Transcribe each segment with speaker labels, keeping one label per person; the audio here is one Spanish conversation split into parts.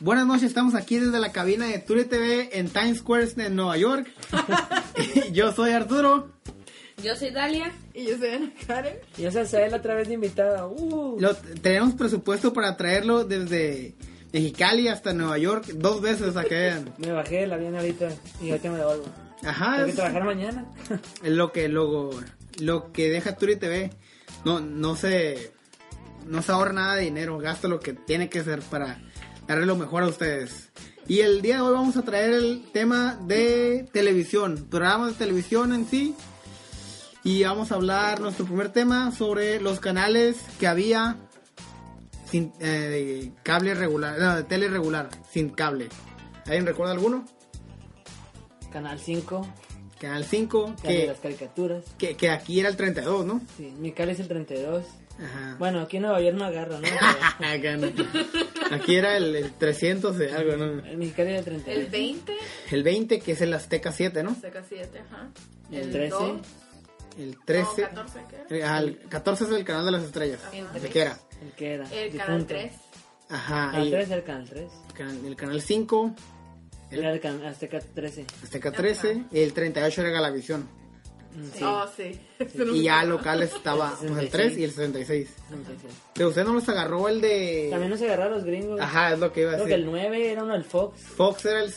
Speaker 1: Buenas noches, estamos aquí desde la cabina de Ture TV en Times Square en Nueva York. Yo soy Arturo.
Speaker 2: Yo soy Dalia.
Speaker 3: Y yo soy Ana Karen.
Speaker 4: Yo soy Cel otra vez de invitada. Uh.
Speaker 1: Lo- tenemos presupuesto para traerlo desde Mexicali hasta Nueva York dos veces a que vean.
Speaker 4: Me bajé del avión ahorita y ahorita me devuelvo.
Speaker 1: Ajá,
Speaker 4: Tengo que
Speaker 1: es,
Speaker 4: trabajar mañana.
Speaker 1: es lo que luego lo que deja Ture TV. No, no se no se ahorra nada de dinero, gasta lo que tiene que ser para darle lo mejor a ustedes. Y el día de hoy vamos a traer el tema de televisión, programas de televisión en sí. Y vamos a hablar nuestro primer tema sobre los canales que había sin eh, de cable regular, no, de tele regular, sin cable. ¿Alguien recuerda alguno?
Speaker 4: Canal 5,
Speaker 1: Canal 5,
Speaker 4: Canal de
Speaker 1: que,
Speaker 4: las Caricaturas.
Speaker 1: que, que aquí era el 32, ¿no?
Speaker 4: Sí, mi cal es el 32.
Speaker 1: Ajá.
Speaker 4: Bueno, aquí en Nueva York no agarro, ¿no?
Speaker 1: Acá no. Aquí era el, el 300 de algo, ¿no?
Speaker 4: Pero el mexicano es el
Speaker 3: El
Speaker 4: 32.
Speaker 3: 20,
Speaker 1: El 20, que es el Azteca 7, ¿no?
Speaker 3: saca 7, ajá.
Speaker 4: El 13.
Speaker 3: dos,
Speaker 1: El
Speaker 3: no,
Speaker 1: 13.
Speaker 3: 14, ¿qué era?
Speaker 1: eh, ah, el 14 es el canal de las estrellas.
Speaker 3: El
Speaker 1: el
Speaker 3: tres.
Speaker 1: que era.
Speaker 4: Oh, El que era.
Speaker 3: El
Speaker 4: difunto.
Speaker 3: canal 3.
Speaker 1: Ajá.
Speaker 4: Canal
Speaker 1: y
Speaker 4: 3 era el canal 3.
Speaker 1: el canal- el canal 5, El-
Speaker 4: Era el canal Azteca 13.
Speaker 1: Azteca 13, y el 38 era Galavisión.
Speaker 4: Mm, Sí.
Speaker 3: Oh, sí. Eso no me
Speaker 1: Y ya
Speaker 3: acuerdo.
Speaker 1: local estaba pues, el 3 y el 66.
Speaker 4: 66.
Speaker 1: Pero usted no los agarró el
Speaker 4: También
Speaker 1: de...
Speaker 4: nos agarraron los gringos.
Speaker 1: Ajá, es lo que iba a
Speaker 4: Creo que el
Speaker 1: decir.
Speaker 4: 9 era uno del Fox.
Speaker 1: Fox era el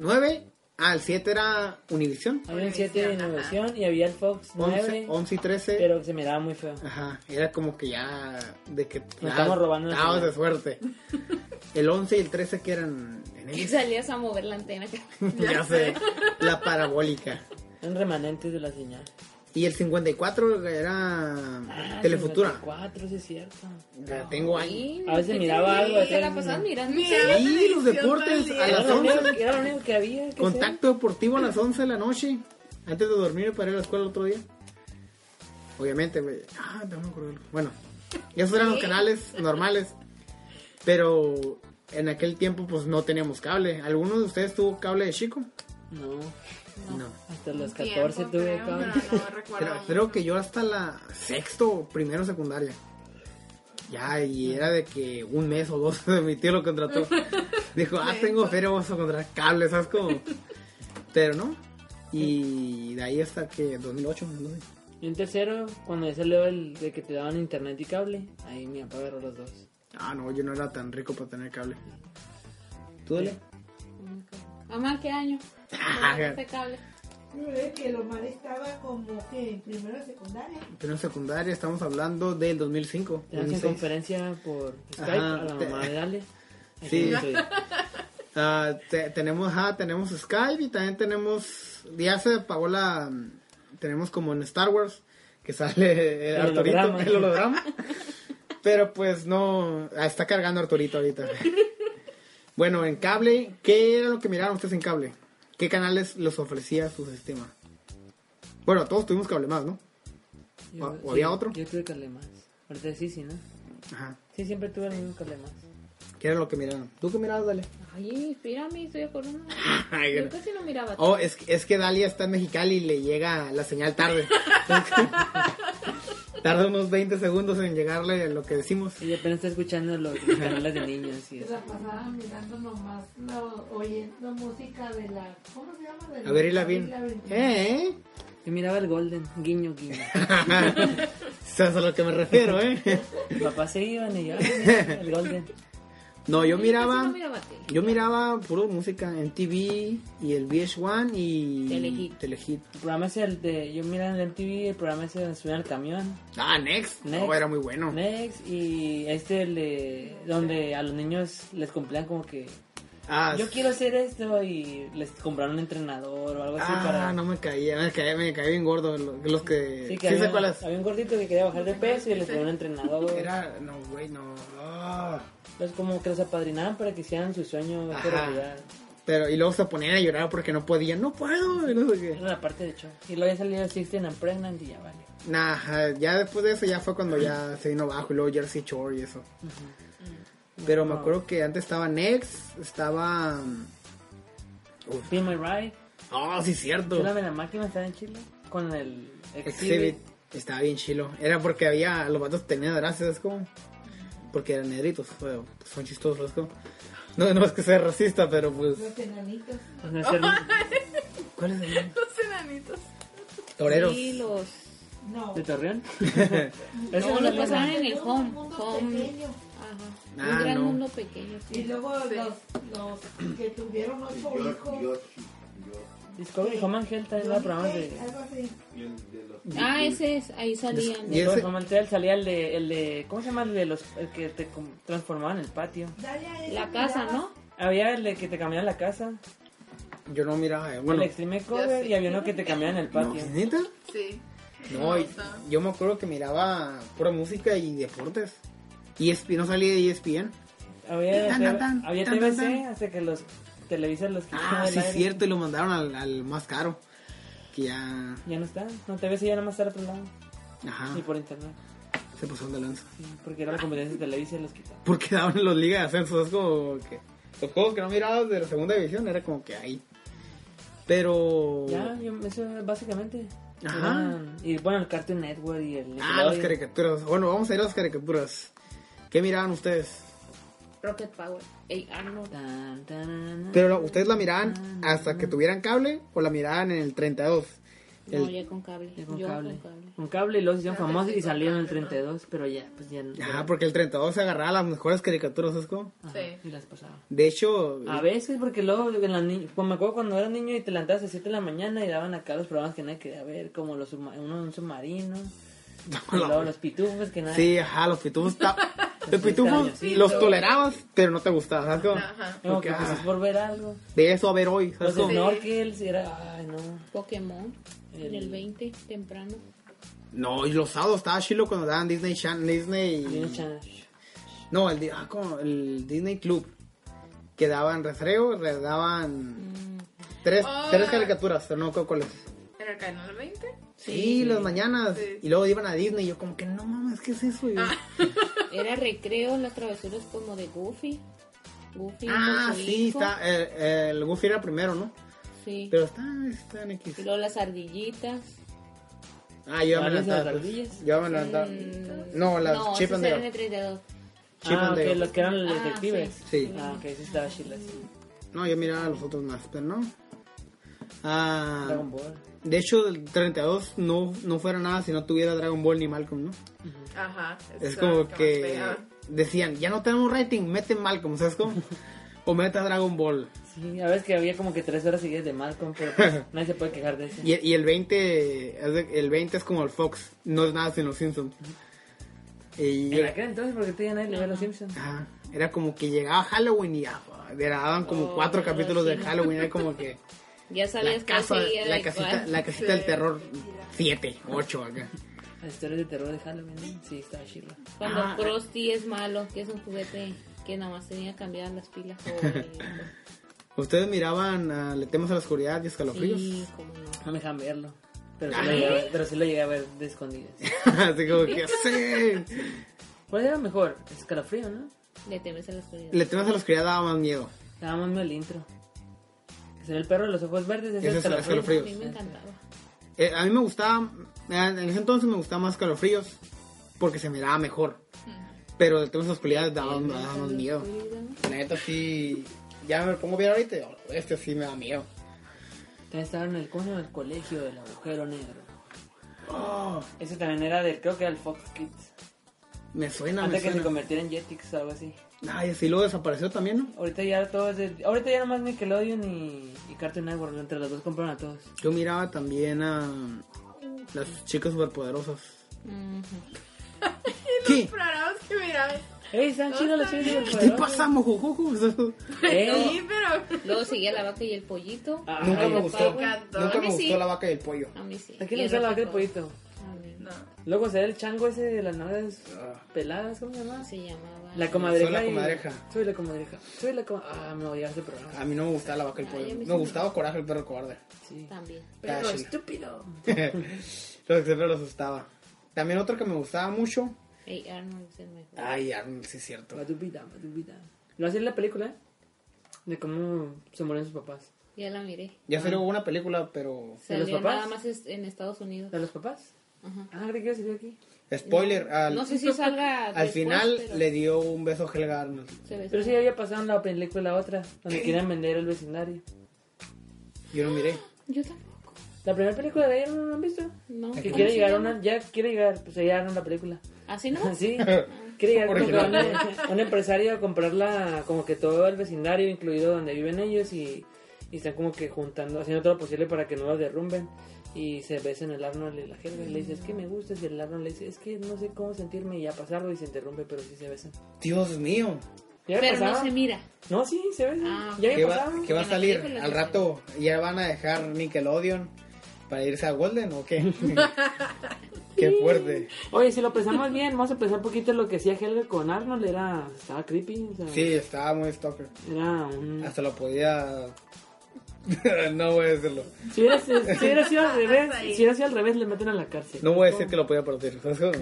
Speaker 1: 9, ah, el 7 era Univisión.
Speaker 4: Había un 7 de
Speaker 3: Ajá.
Speaker 4: innovación y había el Fox
Speaker 1: 11,
Speaker 4: 9.
Speaker 1: 11 y 13.
Speaker 4: Pero se miraba muy feo.
Speaker 1: Ajá, era como que ya de que
Speaker 4: Nos estamos robando
Speaker 1: estábamos
Speaker 4: el
Speaker 1: de suerte. El 11 y el 13 que eran en
Speaker 2: Y
Speaker 1: ellos.
Speaker 2: salías a mover la antena.
Speaker 1: ya sé, la parabólica.
Speaker 4: Eran remanentes de la señal.
Speaker 1: Y el 54 era
Speaker 4: Ah,
Speaker 1: Telefutura.
Speaker 4: 54, sí es cierto.
Speaker 1: Ya tengo ahí.
Speaker 2: Sí,
Speaker 4: A veces
Speaker 3: pues,
Speaker 2: ¿qué
Speaker 4: miraba
Speaker 2: te-
Speaker 4: algo de
Speaker 2: Te la
Speaker 4: tele,
Speaker 2: pasabas
Speaker 3: ah,
Speaker 4: ¿no?
Speaker 2: mirando.
Speaker 3: Mira.
Speaker 1: Y los deportes a
Speaker 4: Era
Speaker 1: las
Speaker 4: lo,
Speaker 1: 11.
Speaker 4: único, Ah, era lo único que había. que
Speaker 1: Contacto deportivo a las 11 de la noche. Antes de dormir para ir a la escuela el otro día. Obviamente, güey. Ah, no me acuerdo. Bueno, esos eran los canales normales. Pero en aquel tiempo, pues no teníamos cable. ¿Alguno de ustedes tuvo cable de chico?
Speaker 4: hacer. No,
Speaker 1: No.
Speaker 4: hasta los
Speaker 3: Un
Speaker 4: 14
Speaker 3: tiempo,
Speaker 4: tuve
Speaker 3: creo,
Speaker 4: cable.
Speaker 3: pero no recuerdo
Speaker 1: Creo,
Speaker 3: mucho.
Speaker 1: creo que yo hasta la sexto o primero secundaria. Ya, y era de que un mes o dos mi tío lo contrató. Dijo, ah, tengo feria, vamos a contratar cables, ¿sabes cómo? Pero no. Y de ahí hasta que 2008, no sé.
Speaker 4: Y en tercero, cuando ya salió el de que te daban internet y cable, ahí mi papá agarró los dos.
Speaker 1: Ah, no, yo no era tan rico para tener cable. ¿Tú, Dele?
Speaker 2: Mamá, ¿qué año? Este cable.
Speaker 5: Yo creo que lo mal estaba como que en primero de secundaria.
Speaker 1: Primero secundaria, estamos hablando del 2005.
Speaker 4: Te hacen
Speaker 1: 2006.
Speaker 4: conferencia por Skype
Speaker 1: Ajá,
Speaker 4: a la
Speaker 1: te-
Speaker 4: mamá de Dale. Ahí
Speaker 1: Sí.
Speaker 4: nos subió.
Speaker 1: Ah, te- tenemos, ajá, tenemos Skype y también tenemos. Ya se apagó la. Tenemos como en Star Wars que sale el,
Speaker 4: El
Speaker 1: Arturito,
Speaker 4: holograma.
Speaker 1: el holograma. Pero pues no. ah, está cargando Arturito ahorita. Bueno, en cable, ¿qué era lo que miraron ustedes en cable? ¿Qué canales los ofrecía su sistema? Bueno, todos tuvimos cable más, ¿no?
Speaker 4: Yo-
Speaker 1: ¿O- o había otro?
Speaker 4: Yo tuve cable más. Ahorita sí, sí, ¿no?
Speaker 1: Ajá.
Speaker 4: Sí, siempre tuve el mismo cable más.
Speaker 1: ¿Qué era lo que miraron? ¿Tú qué mirabas, Dale?
Speaker 2: Ay, espérame, estoy acordando.
Speaker 1: Ay,
Speaker 2: Yo casi no miraba.
Speaker 1: Oh, es, que- es que Dalia está en Mexicali y le llega la señal tarde. Tarda unos 20 segundos en llegarle lo que decimos.
Speaker 4: Y apenas está escuchando los los canales de niños. Y
Speaker 5: Se
Speaker 4: eso.
Speaker 5: la pasaba mirando nomás, la- oyendo música de la. ¿Cómo se llama? De
Speaker 1: A ver, y la vi.
Speaker 5: Avril Lavigne.
Speaker 1: ¿Eh?
Speaker 4: Y miraba el Golden, guiño, guiño.
Speaker 1: ¿Sabes a lo que me refiero, eh?
Speaker 4: Mi papá se iba y yo, "Ah, mira, el Golden.
Speaker 1: No, yo
Speaker 2: Casi no
Speaker 1: miraba.
Speaker 2: miraba tele.
Speaker 1: Yo miraba puro música en TV y el VH1 y.
Speaker 2: Telehit.
Speaker 1: Telehit.
Speaker 4: El programa ese el de. Yo miraba en el MTV, el programa ese de subir al camión.
Speaker 1: Ah, Next. No,
Speaker 4: Next.
Speaker 1: era muy bueno.
Speaker 4: Next y este el de donde a los niños les cumplían como que
Speaker 1: Ah,
Speaker 4: yo quiero hacer esto y les compraron un entrenador o algo así
Speaker 1: ah,
Speaker 4: para
Speaker 1: no me caía, me caía, me caía bien gordo. lo- Los que.
Speaker 4: Sí,
Speaker 1: Sí,
Speaker 4: que
Speaker 1: sé
Speaker 4: había,
Speaker 1: cuál es.
Speaker 4: había un gordito que quería bajar de peso y les ponía un entrenador.
Speaker 1: Era, no, güey, no. Ah.
Speaker 4: Entonces, como que los apadrinaban para que hicieran su sueño hecho
Speaker 1: Ajá.
Speaker 4: realidad.
Speaker 1: Pero, y luego se ponían a llorar porque no podían, no puedo, y no sé qué.
Speaker 4: Era la parte de show. Y luego ya salió Sixteen and Pregnant y ya vale.
Speaker 1: Nah, ajá, ya después de eso ya fue cuando ya se vino bajo y luego Jersey Shore y eso. Pero me acuerdo que antes estaba Next, estaba... Uf.
Speaker 4: Be My Ride.
Speaker 1: Oh, sí, cierto.
Speaker 4: Llévame la máquina, estaba en Chile. Con el
Speaker 1: Exhibit.
Speaker 4: Exhibit.
Speaker 1: Estaba bien chilo. Era porque había, los vatos tenían gracias, es como. Porque eran negritos, pero, pues, son chistosos, es como. No, no es que sea racista, pero pues.
Speaker 5: Los enanitos.
Speaker 4: Pues no es ser-
Speaker 1: ¿Cuáles eran?
Speaker 3: Los enanitos.
Speaker 1: Toreros.
Speaker 2: Y los.
Speaker 5: No.
Speaker 4: ¿De Torreón? Eso
Speaker 2: No,
Speaker 4: no
Speaker 2: lo
Speaker 4: pasa.
Speaker 2: pasaban en el
Speaker 5: Todo
Speaker 2: home.
Speaker 5: mundo
Speaker 2: home.
Speaker 5: pequeño.
Speaker 2: Ajá.
Speaker 1: Ah,
Speaker 2: un gran
Speaker 1: no.
Speaker 2: mundo pequeño.
Speaker 5: Y
Speaker 2: sí.
Speaker 5: luego los, los que tuvieron ocho hijos.
Speaker 4: Discovery Home and Health también era programas de...
Speaker 5: Algo así.
Speaker 2: Ah, ese es, ahí salían.
Speaker 1: Y ese-
Speaker 4: Discovery Home and Health salía el de, el de... ¿Cómo se llama el de los... el que te com- transformaban el patio?
Speaker 5: Dalia, esa
Speaker 2: La casa,
Speaker 5: mirada,
Speaker 2: ¿no?
Speaker 4: Había el de que te cambiaban la casa,
Speaker 1: Yo no miraba, eh,
Speaker 4: el
Speaker 1: bueno.
Speaker 4: Extreme
Speaker 3: Ya
Speaker 4: Cover,
Speaker 3: sé.
Speaker 4: y había uno que te cambiaban el
Speaker 1: ¿No?
Speaker 4: patio.
Speaker 1: ¿Neta?
Speaker 3: Sí.
Speaker 1: No, y- yo me acuerdo que miraba pura música y deportes. Y no salía de E ESPN.
Speaker 4: Había,
Speaker 1: Tan, tan, tan,
Speaker 4: había
Speaker 1: tan, tan,
Speaker 4: TVC
Speaker 1: tan.
Speaker 4: hasta que los televisas los quitaron
Speaker 1: Ah,
Speaker 4: del
Speaker 1: sí,
Speaker 4: aire.
Speaker 1: cierto, y lo mandaron al, al más caro. Que ya.
Speaker 4: Ya no está. No, TVC ya nada más está al otro lado.
Speaker 1: Ajá,
Speaker 4: Ni por internet.
Speaker 1: se pusieron de lanza.
Speaker 4: Porque era la competencia de Televisa y los quitaron.
Speaker 1: porque daban los ligas de ascenso. Es como que los juegos que no mirabas de la segunda división era como que ahí. Pero.
Speaker 4: Ya, yo- eso era básicamente.
Speaker 1: Ajá.
Speaker 4: Eran- y bueno, el Cartoon Network y el.
Speaker 1: ah, las
Speaker 4: Nickelodeon.
Speaker 1: caricaturas. Bueno, vamos a ir a las caricaturas. ¿Qué miraban ustedes?
Speaker 2: Rocket Power. Ey, ah, Arnold.
Speaker 4: Tan, tan,
Speaker 1: Pero la- ustedes la miraban
Speaker 4: Ah,
Speaker 1: hasta que tuvieran cable o la miraban en el 32.
Speaker 2: No,
Speaker 1: El-
Speaker 2: ya con cable.
Speaker 4: ya con
Speaker 2: Yo
Speaker 4: cable.
Speaker 2: con cable.
Speaker 4: Con cable y los hicieron
Speaker 3: Ya
Speaker 4: famosos y
Speaker 3: con
Speaker 4: salieron en el
Speaker 3: cable, ¿no?
Speaker 4: 32, pero ya, pues ya. no.
Speaker 1: Ajá, porque el 32 se agarraba las mejores caricaturas, ¿sabes cómo?
Speaker 4: Ajá,
Speaker 3: Sí.
Speaker 4: Y las pasaba.
Speaker 1: De hecho,
Speaker 4: A veces, porque luego, en las ni- pues me acuerdo cuando era niño y te levantabas a las 7 de la mañana y daban acá los programas que nadie quería ver, como los subma- uno un submarino, y luego los pitufos que nadie.
Speaker 1: sí, ajá, los pitufos. ta- Los pitufos
Speaker 4: Sí,
Speaker 1: los
Speaker 3: sí.
Speaker 1: tolerabas, pero no te gustaba, ¿sabes cómo?
Speaker 3: Ajá.
Speaker 4: Como
Speaker 1: Porque,
Speaker 4: que pues,
Speaker 1: ah,
Speaker 4: es por ver algo.
Speaker 1: De eso a ver hoy, ¿sabes
Speaker 4: Los
Speaker 1: cómo?
Speaker 4: snorkels, era. Ay, no.
Speaker 2: Pokémon. En
Speaker 4: El-
Speaker 2: el 20, temprano.
Speaker 1: No, y los sábados estaba chilo cuando daban Disney Channel, Disney...
Speaker 4: Disney Channel.
Speaker 1: No, el, di- ah, ¿cómo? el Disney Club. Que daban refreo, re- daban tres,
Speaker 3: Ah.
Speaker 1: tres caricaturas, pero no me acuerdo cuáles.
Speaker 3: ¿Era el canal 20?
Speaker 1: Sí, las mañanas.
Speaker 3: Sí.
Speaker 1: Y luego iban a Disney y yo como que no mames, ¿qué es eso? Y yo,
Speaker 2: Era recreo, las travesuras como de Goofy. Goofy.
Speaker 1: ah,
Speaker 2: con su
Speaker 1: sí,
Speaker 2: hijo.
Speaker 1: está, eh, el Goofy era primero, ¿no?
Speaker 2: Sí.
Speaker 1: Pero está, está en X.
Speaker 2: Y luego las ardillitas.
Speaker 1: Ah, yo ya me
Speaker 4: ¿Cuáles
Speaker 1: levantaba.
Speaker 4: las
Speaker 1: pues.
Speaker 4: ardillas?
Speaker 1: Yo ya me levantaba. No, las
Speaker 2: no,
Speaker 1: Chip and
Speaker 2: eran de
Speaker 1: Dale.
Speaker 2: 32.
Speaker 1: Chip
Speaker 4: Ah,
Speaker 1: and
Speaker 4: ok,
Speaker 1: Dale.
Speaker 4: los que eran los
Speaker 2: Ah,
Speaker 4: detectives.
Speaker 1: Sí.
Speaker 4: Ah, ok, sí estaba chila, sí.
Speaker 1: No, yo miraba a los otros más, pero no. Ah,
Speaker 4: Dragon Ball.
Speaker 1: De hecho, el 32 no, no fuera nada si no tuviera Dragon Ball ni Malcolm, ¿no?
Speaker 3: Ajá.
Speaker 1: Es
Speaker 3: Eso era
Speaker 1: como
Speaker 3: lo más
Speaker 1: que
Speaker 3: pegaba.
Speaker 1: decían, ya no tenemos rating, mete Malcolm, ¿sabes cómo? o meta Dragon Ball.
Speaker 4: Sí, a veces que había como que tres horas seguidas de Malcolm, pero pues, nadie se puede quejar de eso.
Speaker 1: Y, y el 20 es de- el 20 es como el Fox, no es nada sin los Simpsons. Y
Speaker 4: En aquel entonces, porque tú ya nadie le ve a los Simpsons.
Speaker 1: ajá, era como que llegaba Halloween y ya, daban como
Speaker 2: Oh,
Speaker 1: cuatro
Speaker 2: los
Speaker 1: capítulos de
Speaker 2: Simpsons.
Speaker 1: Halloween, era como que
Speaker 2: Ya sabías
Speaker 1: la,
Speaker 2: que ah,
Speaker 1: casa,
Speaker 2: seguía
Speaker 1: la
Speaker 2: de
Speaker 1: casita,
Speaker 2: cuál.
Speaker 1: la casita del terror 7, 8 acá.
Speaker 4: Las historias de terror de Halloween, ¿no? sí, estaba chila.
Speaker 2: Cuando
Speaker 1: Ah.
Speaker 2: Krusty es malo, que es un juguete que nada más tenía cambiadas las pilas. o-
Speaker 1: Ustedes miraban a Le temas a la oscuridad y escalofríos.
Speaker 2: sí, cómo no.
Speaker 4: No me dejan verlo. Pero ¿Ah, sí, lo llegué, a ver- pero sí lo llegué a ver de escondidas.
Speaker 1: Así como que sí.
Speaker 4: ¿Cuál era mejor? Escalofrío, ¿no?
Speaker 2: Le temes a la oscuridad.
Speaker 1: Le temas a los criados daba más miedo.
Speaker 4: Dábamos el intro. Se ve el perro de los ojos verdes, ese es
Speaker 1: Ese es el
Speaker 4: escalofrío.
Speaker 2: A mí me
Speaker 1: escalofrío.
Speaker 2: encantaba.
Speaker 1: Eh, a mí me gustaba, eh, en ese entonces me gustaba más calofríos porque se miraba mejor. Pero le temas a la oscuridad daba, daba más miedo. La neta sí, ya me pongo bien ahorita, y digo, este sí me da miedo.
Speaker 4: También estaba en el, ¿cómo se llama? el colegio del agujero negro.
Speaker 1: Oh,
Speaker 4: Ese también era del, creo que era el Fox Kids.
Speaker 1: me suena, me
Speaker 4: Antes que se
Speaker 1: suena.
Speaker 4: convirtiera en Jetix o algo así.
Speaker 1: Ay, así lo desapareció también, ¿no?
Speaker 4: Ahorita ya todo es de- Ahorita ya nomás Nickelodeon y, y Cartoon Network. Entre los dos compraron a todos.
Speaker 1: Yo miraba también a las chicas superpoderosas. ¿Qué?
Speaker 3: Programas que miraban.
Speaker 4: ¡Ey, están chidos los chicos!
Speaker 1: ¿Qué pasa, mojojojo?
Speaker 4: ¡Ey!
Speaker 3: Sí, pero.
Speaker 2: Luego seguía la vaca y el pollito.
Speaker 4: Ah,
Speaker 1: Nunca me
Speaker 4: Ay,
Speaker 1: gustó.
Speaker 3: me encantó.
Speaker 1: Nunca
Speaker 3: A
Speaker 1: me
Speaker 3: mí
Speaker 1: gustó
Speaker 3: sí.
Speaker 1: la vaca y el pollo.
Speaker 2: A mí sí.
Speaker 4: ¿A quién
Speaker 2: Y
Speaker 4: le
Speaker 2: el
Speaker 4: gusta la vaca del
Speaker 2: Rocket
Speaker 4: pollito?
Speaker 2: Power. A mí.
Speaker 3: No.
Speaker 4: Luego se ve el chango ese de las nalgas peladas, ¿cómo se llama?
Speaker 2: Se llamaba
Speaker 4: La comadreja.
Speaker 1: Soy la
Speaker 4: y-
Speaker 1: comadreja.
Speaker 4: Soy la comadreja. Soy la comadreja. Ah, me odiaba ese programa.
Speaker 1: A mí no me gustaba la vaca y el
Speaker 2: Ay, a
Speaker 1: pollo.
Speaker 2: mí sí
Speaker 1: Me
Speaker 2: me-
Speaker 1: gustaba Coraje el perro cobarde.
Speaker 4: Sí.
Speaker 2: También.
Speaker 4: Perro
Speaker 1: Casi.
Speaker 4: estúpido.
Speaker 1: Lo que siempre lo asustaba. También otro que me gustaba mucho.
Speaker 2: Hey, Arnold es el mejor.
Speaker 1: Ay, Arnold, sí es cierto.
Speaker 4: Matupita, matupita. Lo hacía en la película, ¿eh? De cómo se mueren sus papás.
Speaker 2: Ya la miré.
Speaker 1: Ya salió una película, pero...
Speaker 4: ¿De los
Speaker 2: Salió
Speaker 4: papás?
Speaker 2: nada más es- en Estados Unidos.
Speaker 4: ¿De los papás?
Speaker 2: Ajá.
Speaker 4: Ah, creí que salió aquí.
Speaker 1: Spoiler, al,
Speaker 2: No sé si salga.
Speaker 1: al
Speaker 2: después,
Speaker 1: final
Speaker 2: pero
Speaker 1: le dio un beso a Helga Arnold.
Speaker 2: se ve.
Speaker 4: Pero sí había pasado en la película otra, donde querían vender el vecindario.
Speaker 1: Yo no miré.
Speaker 2: Yo tampoco.
Speaker 4: La primera película de ella no la han visto.
Speaker 2: No.
Speaker 4: Que
Speaker 2: ¿cómo
Speaker 4: quiere
Speaker 2: se
Speaker 4: llegar a
Speaker 2: llama?
Speaker 4: una, ya quiere llegar, pues allá en la película.
Speaker 2: ¿Así no?
Speaker 4: Sí, quiere llegar como que
Speaker 1: Original.
Speaker 4: un- un empresario a comprarla como que todo el vecindario, incluido donde viven ellos, y, y están como que juntando, haciendo todo lo posible para que no los derrumben. Y se besan el Arnold y la Helga y le dice, es que me gustas, y el Arnold le dice, es que no sé cómo sentirme, y ya pasarlo y se interrumpe, pero sí se besan.
Speaker 1: Dios mío.
Speaker 4: ¿Ya había
Speaker 2: Pero no
Speaker 4: pasado?
Speaker 2: se mira.
Speaker 4: No, sí, se besan.
Speaker 2: Ah,
Speaker 4: ya
Speaker 1: ¿Qué
Speaker 4: había
Speaker 1: va,
Speaker 4: pasado.
Speaker 1: qué va a
Speaker 2: En la
Speaker 1: salir?
Speaker 2: película
Speaker 1: Al
Speaker 2: que
Speaker 1: rato ya van a dejar Nickelodeon para irse a Golden o qué? qué fuerte.
Speaker 4: Oye, si lo pensamos bien, vamos a pensar un poquito lo que hacía Helga con Arnold, era, estaba creepy, o sea,
Speaker 1: Sí, estaba muy stalker.
Speaker 4: era un...
Speaker 1: Hasta lo podía... no voy a decirlo.
Speaker 4: Si hubiera, si hubiera sido al revés,
Speaker 3: Hasta ahí.
Speaker 4: si hubiera sido al revés, le meten a la cárcel.
Speaker 1: No voy a decir que lo podía producir. ¿sabes cómo?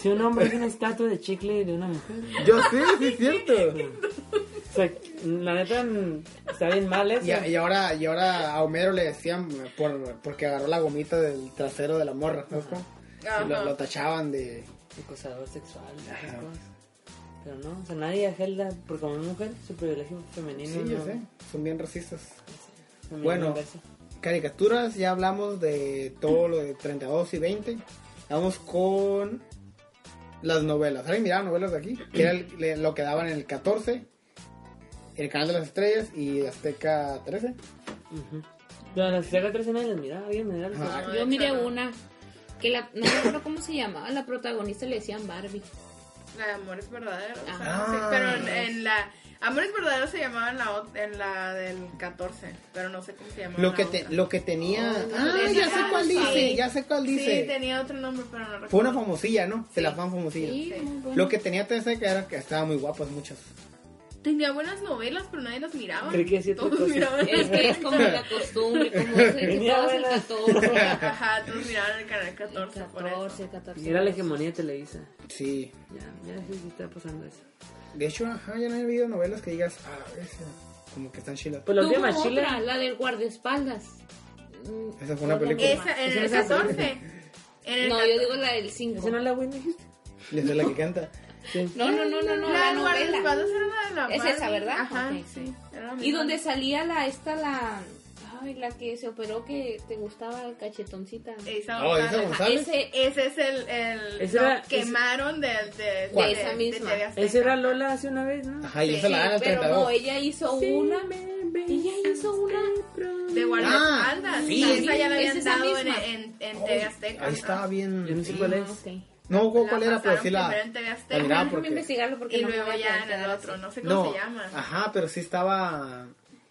Speaker 4: Si un hombre es una estatua de chicle de una mujer.
Speaker 1: Yo sí, sí es cierto.
Speaker 4: O sea, la neta mm, está bien mal eso.
Speaker 1: Y, a- y ahora, y ahora a Homero le decían por, porque agarró la gomita del trasero de la morra, ¿sabes cómo?
Speaker 3: Ajá.
Speaker 1: Y lo, lo tachaban de...
Speaker 4: Acosador sexual, esas cosas. Pero no, o sea, nadie a Helda, porque como mujer, su privilegio femenino.
Speaker 1: Sí, yo
Speaker 4: no-
Speaker 1: sé. Son bien racistas.
Speaker 4: no me
Speaker 1: Bueno.
Speaker 4: merece.
Speaker 1: Caricaturas, ya hablamos de todo lo de 32 y 20. Vamos con las novelas. ¿Alguien miraba novelas de aquí? Que era el- le- lo que daban en el 14, el canal de las estrellas y Azteca 13.
Speaker 4: Ujú. Pero a las saga 13 nadie las miraba, alguien me da los
Speaker 1: Ajá.
Speaker 4: ojos.
Speaker 2: Yo miré
Speaker 3: échala.
Speaker 2: una. Que la, no me acuerdo cómo se llamaba, la protagonista le decían Barbie.
Speaker 3: La de Amores Verdaderos. o sea,
Speaker 1: Ah.
Speaker 3: no sé, pero en, en la. Amores Verdaderos se llamaba en la, ot- en la del 14, pero no sé cómo se llamaba.
Speaker 1: Lo
Speaker 3: la
Speaker 1: que, te-
Speaker 3: otra.
Speaker 1: lo que tenía... ah,
Speaker 3: esa
Speaker 1: ya sé
Speaker 3: era
Speaker 1: cuál
Speaker 3: la
Speaker 1: dice,
Speaker 3: serie.
Speaker 1: ya sé cuál
Speaker 3: Sí,
Speaker 1: dice.
Speaker 3: tenía otro nombre, pero no recuerdo.
Speaker 1: Fue una famosilla, ¿no? Se la fan famosilla.
Speaker 2: Sí,
Speaker 3: Sí.
Speaker 2: muy bueno.
Speaker 1: Lo que tenía TC que era que estaban muy guapas muchas.
Speaker 3: Tenía buenas novelas, pero nadie las miraba.
Speaker 4: Creí que decía otra
Speaker 3: Todos
Speaker 4: cosa.
Speaker 3: miraban.
Speaker 2: Es que es como la costumbre, como eso de que
Speaker 4: Venía
Speaker 2: todos el
Speaker 4: buena.
Speaker 2: 14.
Speaker 3: Ajá, todos miraban el canal 14, por eso.
Speaker 2: 14, 14.
Speaker 4: Era la hegemonía de Televisa.
Speaker 1: Sí.
Speaker 4: Ya, ya sí, sí está pasando eso.
Speaker 1: De hecho, ajá, ya no he habido novelas que digas, ah, esa, como que están chilas.
Speaker 4: Pues la
Speaker 2: Tuvo
Speaker 4: última chile.
Speaker 2: otra, la del guardaespaldas. Mm,
Speaker 1: Esa fue una película.
Speaker 3: Esa, en el
Speaker 4: Esa es la
Speaker 3: 14. En el
Speaker 2: No,
Speaker 3: 14.
Speaker 2: yo digo la del 5.
Speaker 4: ¿Esa no
Speaker 2: No,
Speaker 4: la Win dijiste?
Speaker 1: Y esa es la que canta.
Speaker 2: no, no, no, no, la
Speaker 3: La de
Speaker 2: novela.
Speaker 3: guardaespaldas era la de la
Speaker 2: Es esa,
Speaker 3: Barbie.
Speaker 2: ¿verdad?
Speaker 3: Ajá,
Speaker 2: Ok.
Speaker 3: sí. era la
Speaker 2: Y
Speaker 3: misma.
Speaker 2: donde salía la, esta, la... Ay, la que se operó que te gustaba el cachetoncita.
Speaker 3: Esa
Speaker 1: Oh, esa
Speaker 3: González.
Speaker 1: González.
Speaker 2: Ese,
Speaker 3: Ese es el, el
Speaker 4: Ese
Speaker 3: lo
Speaker 4: era-
Speaker 3: quemaron del de, de,
Speaker 1: ¿Cuál?
Speaker 3: de-
Speaker 2: Esa
Speaker 3: de
Speaker 2: misma.
Speaker 3: TV Azteca.
Speaker 4: Esa era Lola hace una vez, ¿no?
Speaker 1: Ajá, y
Speaker 3: Sí,
Speaker 1: esa la dan al
Speaker 2: pero no,
Speaker 1: 32.
Speaker 2: ella hizo una... Ella hizo una...
Speaker 3: de guardaespaldas.
Speaker 1: Ah, sí.
Speaker 3: y esa ya la
Speaker 2: Es
Speaker 3: habían
Speaker 2: esa
Speaker 3: dado en,
Speaker 2: misma.
Speaker 3: en, en
Speaker 1: Oh,
Speaker 3: TV Azteca.
Speaker 1: Ahí estaba
Speaker 4: Yo no
Speaker 1: bien.
Speaker 4: sé cuál
Speaker 2: Ah,
Speaker 4: es.
Speaker 2: ok.
Speaker 1: No me acuerdo
Speaker 3: La
Speaker 1: cuál era, pero
Speaker 3: pasaron
Speaker 1: sí la.
Speaker 3: primero en TV Azteca.
Speaker 1: la miraba
Speaker 2: Déjame
Speaker 1: porque.
Speaker 2: investigarlo porque
Speaker 3: y
Speaker 2: no me
Speaker 3: luego
Speaker 2: voy a
Speaker 3: ya en el
Speaker 2: acordar
Speaker 3: otro,
Speaker 2: así.
Speaker 3: no sé cómo
Speaker 1: No, Ah.
Speaker 3: se llama.
Speaker 1: ajá, pero sí estaba.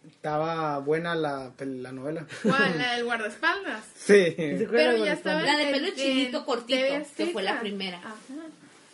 Speaker 1: Estaba buena la, la novela.
Speaker 3: ¿Cuál? La del guardaespaldas.
Speaker 1: Sí.
Speaker 4: ¿Se acuerdan
Speaker 3: Pero
Speaker 4: cuando
Speaker 3: ya
Speaker 4: estaba-
Speaker 2: La
Speaker 3: estaba
Speaker 2: de
Speaker 3: en-
Speaker 2: pelo
Speaker 3: en
Speaker 2: chinito cortito,
Speaker 3: TV
Speaker 2: que
Speaker 3: Azteca.
Speaker 2: fue la primera.
Speaker 3: Ajá.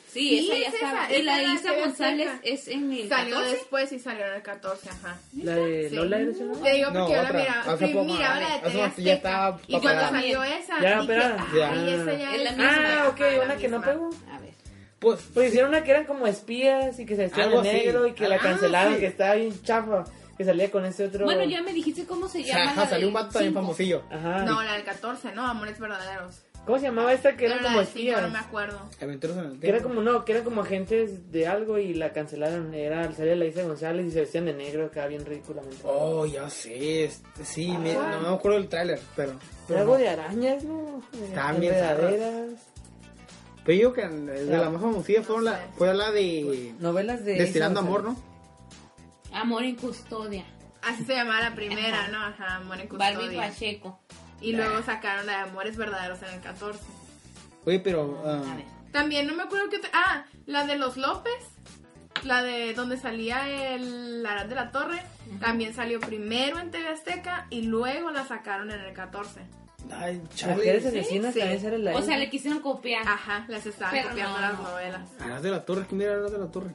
Speaker 2: Sí,
Speaker 3: Sí,
Speaker 2: esa ya
Speaker 3: es
Speaker 2: estaba.
Speaker 3: esa,
Speaker 2: y la
Speaker 3: esa
Speaker 2: de
Speaker 3: la
Speaker 2: Isa
Speaker 3: que
Speaker 2: González
Speaker 3: saca.
Speaker 2: es en el
Speaker 3: Salió
Speaker 2: 14.
Speaker 3: después y salió en el 14, ajá.
Speaker 4: La de
Speaker 3: Sí.
Speaker 4: Lola era su nombre.
Speaker 3: Te digo
Speaker 1: No,
Speaker 3: porque yo la
Speaker 1: otra.
Speaker 3: miraba.
Speaker 1: Hace
Speaker 3: sí,
Speaker 1: poco,
Speaker 3: miraba la de
Speaker 1: hace
Speaker 3: TV
Speaker 1: poco ya
Speaker 3: Azteca.
Speaker 1: estaba
Speaker 3: Y cuando
Speaker 1: operada.
Speaker 3: salió esa,
Speaker 4: Ya
Speaker 3: dije,
Speaker 4: operada.
Speaker 3: ay,
Speaker 1: Ya.
Speaker 3: esa ya
Speaker 2: Es la
Speaker 3: es-
Speaker 2: misma.
Speaker 4: Ah, ok,
Speaker 3: Ajá, la
Speaker 4: una que no
Speaker 3: misma.
Speaker 4: pegó.
Speaker 2: A ver.
Speaker 1: Pues.
Speaker 4: Pues hicieron una que eran como espías y que se vestían
Speaker 1: Algo
Speaker 4: de
Speaker 1: así.
Speaker 4: negro y que la
Speaker 1: Ah,
Speaker 4: cancelaron,
Speaker 1: sí.
Speaker 4: que estaba bien chafa, que salía con ese otro.
Speaker 2: Bueno, ya me dijiste cómo se llama.
Speaker 1: Ajá,
Speaker 2: la
Speaker 1: salió
Speaker 2: del
Speaker 1: un vato también
Speaker 2: cinco.
Speaker 1: famosillo.
Speaker 4: Ajá.
Speaker 3: No, la del 14, no, Amores Verdaderos.
Speaker 4: ¿Cómo se llamaba esta que eran
Speaker 3: Pero la
Speaker 4: como
Speaker 3: del cinco
Speaker 4: espías?
Speaker 3: no me acuerdo.
Speaker 1: Aventuras en el
Speaker 4: que era
Speaker 1: tiempo.
Speaker 4: como, no, que eran como agentes de algo y la cancelaron. Era, salía la Isa González y se vestían de negro acá bien ridículamente.
Speaker 1: Oh, ya sé. este, Sí, me- no me acuerdo del tráiler, pero. pero
Speaker 4: algo
Speaker 1: no.
Speaker 4: de arañas, ¿no?
Speaker 1: Estaban bien
Speaker 4: Enredaderas.
Speaker 1: Pero yo digo que de la más famosilla fue la, fue la de
Speaker 4: Novelas de.
Speaker 1: Destilando
Speaker 4: Isa
Speaker 1: Amor,
Speaker 4: González.
Speaker 1: ¿no?
Speaker 2: Amor en custodia.
Speaker 3: Así se llamaba la primera, ¿no? Ajá, Amor en Custodia.
Speaker 2: Barbie Pacheco.
Speaker 3: Y luego sacaron la de Amores Verdaderos en el 14.
Speaker 1: Oye, pero ah,
Speaker 2: A ver.
Speaker 3: También no me acuerdo qué otra- Ah, la de los López. La de donde salía el Arad de la Torre. También salió primero en TV Azteca y luego la sacaron en el 14.
Speaker 1: ay,
Speaker 4: Mujeres
Speaker 1: Chávez.
Speaker 4: asesinas
Speaker 3: Sí, sí.
Speaker 4: también era la
Speaker 2: O sea,
Speaker 4: Isa.
Speaker 2: le quisieron copiar.
Speaker 3: Ajá, les estaban
Speaker 2: Pero
Speaker 3: copiando
Speaker 2: no,
Speaker 3: las
Speaker 2: no.
Speaker 1: Ah,
Speaker 3: novelas.
Speaker 1: Arras de la Torre, ¿quién era Arras de la Torre?